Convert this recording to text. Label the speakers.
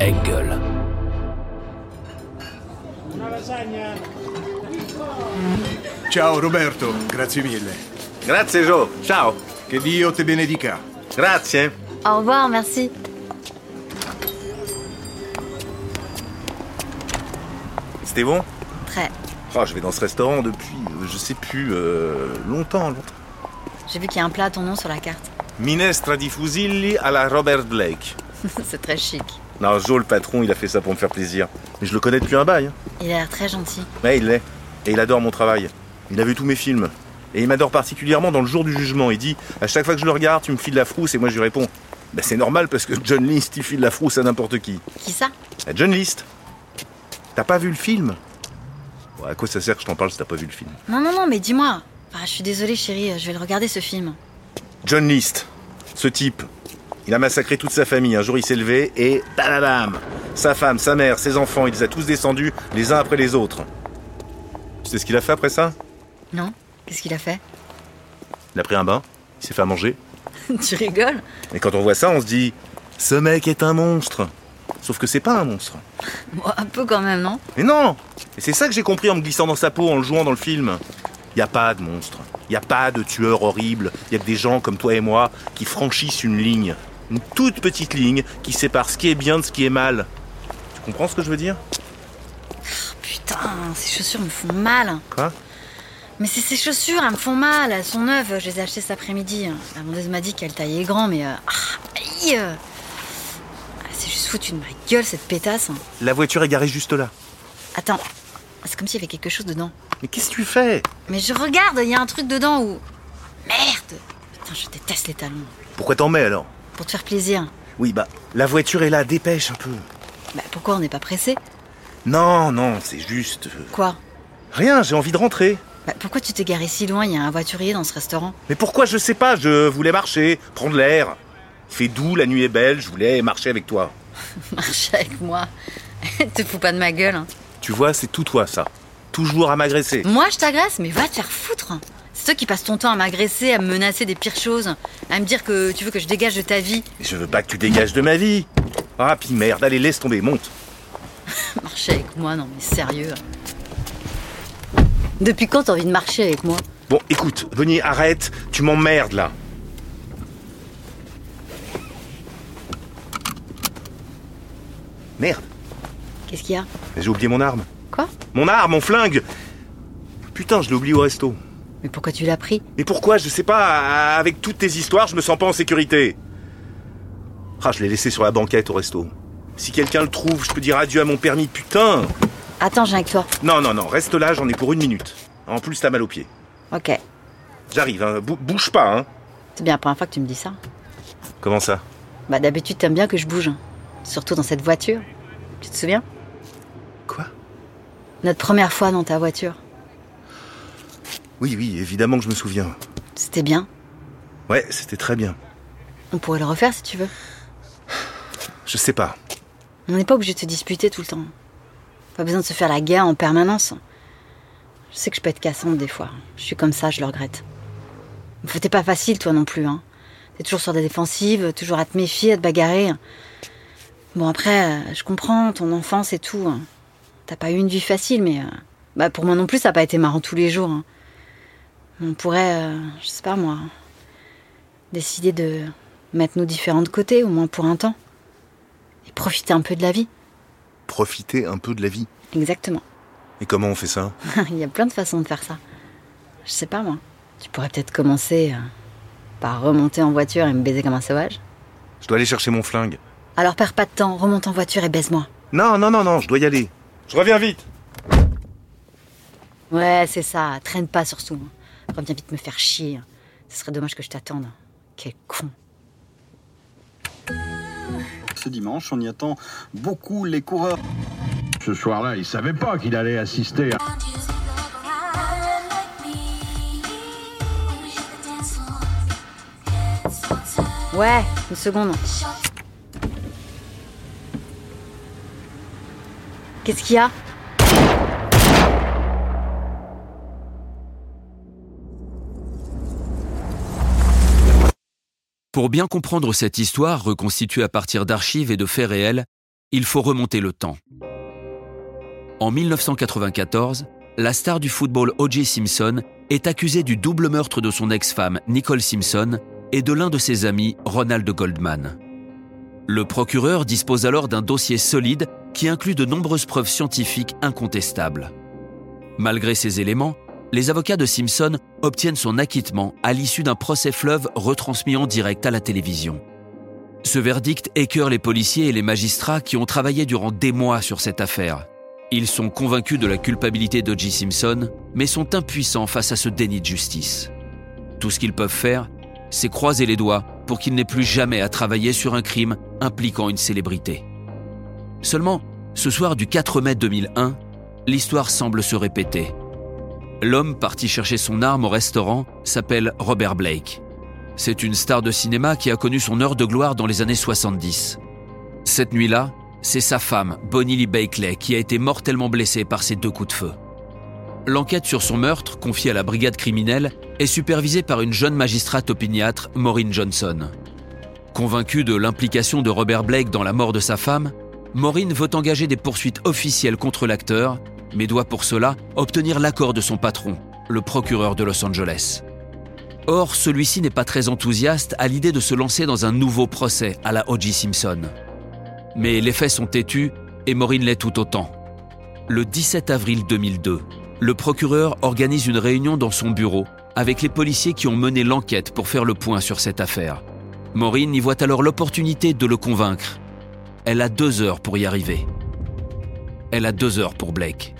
Speaker 1: Engel.
Speaker 2: Ciao Roberto, grazie mille.
Speaker 3: Grazie Joe, ciao.
Speaker 2: Che Dio te benedica.
Speaker 3: Grazie.
Speaker 4: Au revoir, merci.
Speaker 3: C'était bon
Speaker 4: Très.
Speaker 3: Oh, je vais dans ce restaurant depuis, euh, je sais plus, euh, longtemps, longtemps.
Speaker 4: J'ai vu qu'il y a un plat à ton nom sur la carte.
Speaker 3: Minestra di fusilli alla Robert Blake.
Speaker 4: C'est très chic.
Speaker 3: Non, Joe, le patron, il a fait ça pour me faire plaisir. Mais je le connais depuis un bail. hein.
Speaker 4: Il a l'air très gentil.
Speaker 3: Ouais, il l'est. Et il adore mon travail. Il a vu tous mes films. Et il m'adore particulièrement dans le jour du jugement. Il dit À chaque fois que je le regarde, tu me files la frousse. Et moi, je lui réponds Bah, C'est normal parce que John List, il file la frousse à n'importe qui.
Speaker 4: Qui ça
Speaker 3: À John List T'as pas vu le film Bon, À quoi ça sert que je t'en parle si t'as pas vu le film
Speaker 4: Non, non, non, mais dis-moi. Enfin, je suis désolée, chérie, je vais le regarder ce film.
Speaker 3: John List, ce type, il a massacré toute sa famille. Un jour, il s'est levé et bam Sa femme, sa mère, ses enfants, il les a tous descendus les uns après les autres. Tu sais ce qu'il a fait après ça
Speaker 4: Non Qu'est-ce qu'il a fait
Speaker 3: Il a pris un bain, il s'est fait à manger.
Speaker 4: Tu rigoles
Speaker 3: Et quand on voit ça, on se dit Ce mec est un monstre Sauf que c'est pas un monstre.
Speaker 4: Bon, un peu quand même, non Oh,
Speaker 3: Mais non Et c'est ça que j'ai compris en me glissant dans sa peau, en le jouant dans le film. Y a pas de monstre. Y a pas de tueur horrible. Y a que des gens comme toi et moi qui franchissent une ligne. Une toute petite ligne qui sépare ce qui est bien de ce qui est mal. Tu comprends ce que je veux dire
Speaker 4: Putain, ces chaussures me font mal.
Speaker 3: Quoi
Speaker 4: Mais c'est ces chaussures, elles me font mal. Elles sont neuves, je les ai achetées cet après-midi. La vendeuse m'a dit qu'elle taillait grand, mais... euh, ah, aïe euh. Ah, C'est juste foutu de ma gueule, cette pétasse. hein.
Speaker 3: La voiture est garée juste là.
Speaker 4: Attends, c'est comme s'il y avait quelque chose dedans.
Speaker 3: Mais qu'est-ce que tu fais
Speaker 4: Mais je regarde, il y a un truc dedans où... Merde Putain, je déteste les talons.
Speaker 3: Pourquoi t'en mets alors
Speaker 4: Pour te faire plaisir.
Speaker 3: Oui, bah, la voiture est là, dépêche un peu.
Speaker 4: Bah pourquoi on n'est pas pressé
Speaker 3: Non, non, c'est juste. euh,
Speaker 4: Quoi
Speaker 3: Rien, j'ai envie de rentrer.
Speaker 4: Bah pourquoi tu t'es garé si loin Il y a un voiturier dans ce restaurant.
Speaker 3: Mais pourquoi je sais pas, je voulais marcher, prendre l'air. Il fait doux, la nuit est belle, je voulais marcher avec toi.
Speaker 4: Marche avec moi. te fous pas de ma gueule. hein.
Speaker 3: Tu vois, c'est tout toi ça. Toujours à m'agresser.
Speaker 4: Moi je t'agresse, mais va te faire foutre. C'est toi qui passes ton temps à m'agresser, à me menacer des pires choses, à me dire que tu veux que je dégage de ta vie.
Speaker 3: Je veux pas que tu dégages de ma vie. Ah, puis merde, allez, laisse tomber, monte.
Speaker 4: Marcher avec moi, non mais sérieux. Depuis quand t'as envie de marcher avec moi
Speaker 3: Bon, écoute, Bonnie, arrête, tu m'emmerdes là. Merde,
Speaker 4: Qu'est-ce qu'il y a
Speaker 3: j'ai oublié mon arme.
Speaker 4: Quoi
Speaker 3: Mon arme, mon flingue Putain, je l'ai oublié au resto.
Speaker 4: Mais pourquoi tu l'as pris
Speaker 3: Mais pourquoi, je sais pas, avec toutes tes histoires, je me sens pas en sécurité Ah, je l'ai laissé sur la banquette au resto. Si quelqu'un le trouve, je peux dire adieu à mon permis, putain
Speaker 4: Attends, j'ai avec toi.
Speaker 3: Non, non, non, reste là, j'en ai pour une minute. En plus, t'as mal aux pieds.
Speaker 4: Ok.
Speaker 3: J'arrive, hein, bou- bouge pas, hein
Speaker 4: C'est bien la première fois que tu me dis ça.
Speaker 3: Comment ça
Speaker 4: Bah d'habitude t'aimes bien que je bouge. hein. Surtout dans cette voiture. Tu te souviens
Speaker 3: Quoi
Speaker 4: Notre première fois dans ta voiture.
Speaker 3: Oui, oui, évidemment que je me souviens.
Speaker 4: C'était bien.
Speaker 3: Ouais, c'était très bien.
Speaker 4: On pourrait le refaire si tu veux.
Speaker 3: Je sais pas.
Speaker 4: On n'est pas obligé de se disputer tout le temps. Pas besoin de se faire la guerre en permanence. Je sais que je peux être cassante des fois. Je suis comme ça, je le regrette. Mais t'es pas facile toi non plus. Hein. T'es toujours sur des défensives, toujours à te méfier, à te bagarrer. Bon après, euh, je comprends, ton enfance et tout. hein. T'as pas eu une vie facile, mais euh, bah pour moi non plus, ça n'a pas été marrant tous les jours. hein. On pourrait, euh, je sais pas moi, décider de mettre nos différents de côté, au moins pour un temps, et profiter un peu de la vie.
Speaker 3: Profiter un peu de la vie.
Speaker 4: Exactement.
Speaker 3: Et comment on fait ça
Speaker 4: Il y a plein de façons de faire ça. Je sais pas moi. Tu pourrais peut-être commencer euh, par remonter en voiture et me baiser comme un sauvage.
Speaker 3: Je dois aller chercher mon flingue.
Speaker 4: Alors perds pas de temps, remonte en voiture et baise-moi.
Speaker 3: Non, non, non, non, je dois y aller. Je reviens vite
Speaker 4: Ouais, c'est ça, traîne pas surtout. hein. Reviens vite me faire chier. hein. Ce serait dommage que je t'attende. Quel con.
Speaker 5: Ce dimanche, on y attend beaucoup les coureurs.
Speaker 6: Ce soir-là, il savait pas qu'il allait assister à...
Speaker 4: Ouais, une seconde. Qu'est-ce qu'il y a
Speaker 1: Pour bien comprendre cette histoire reconstituée à partir d'archives et de faits réels, Il faut remonter le temps. En 1994, la star du football O.J. Simpson est accusée du double meurtre de son ex-femme Nicole Simpson et de l'un de ses amis Ronald Goldman. Le procureur dispose alors d'un dossier solide qui inclut de nombreuses preuves scientifiques incontestables. Malgré ces éléments, les avocats de Simpson obtiennent son acquittement à l'issue d'un procès fleuve retransmis en direct à la télévision. Ce verdict écœure les policiers et les magistrats qui ont travaillé durant des mois sur cette affaire. Ils sont convaincus de la culpabilité d'O.J. Simpson, mais sont impuissants face à ce déni de justice. Tout ce qu'ils peuvent faire, c'est croiser les doigts pour qu'il n'ait plus jamais à travailler sur un crime impliquant une célébrité. Seulement, ce soir du 4 mai 2001, l'histoire semble se répéter. L'homme parti chercher son arme au restaurant s'appelle Robert Blake. C'est une star de cinéma qui a connu son heure de gloire dans les années 70. Cette nuit-là, c'est sa femme, Bonnie Lee Bakley, qui a été mortellement blessée par ces deux coups de feu. L'enquête sur son meurtre, confiée à la brigade criminelle, est supervisée par une jeune magistrate opiniâtre, Maureen Johnson. Convaincue de l'implication de Robert Blake dans la mort de sa femme, Maureen veut engager des poursuites officielles contre l'acteur, mais doit pour cela obtenir l'accord de son patron, le procureur de Los Angeles. Or, celui-ci n'est pas très enthousiaste à l'idée de se lancer dans un nouveau procès à la O.J. Simpson. Mais les faits sont têtus et Maureen l'est tout autant. Le 17 avril 2002, le procureur organise une réunion dans son bureau avec les policiers qui ont mené l'enquête pour faire le point sur cette affaire. Maureen y voit alors l'opportunité de le convaincre. Elle a deux heures pour y arriver. Elle a deux heures pour Blake.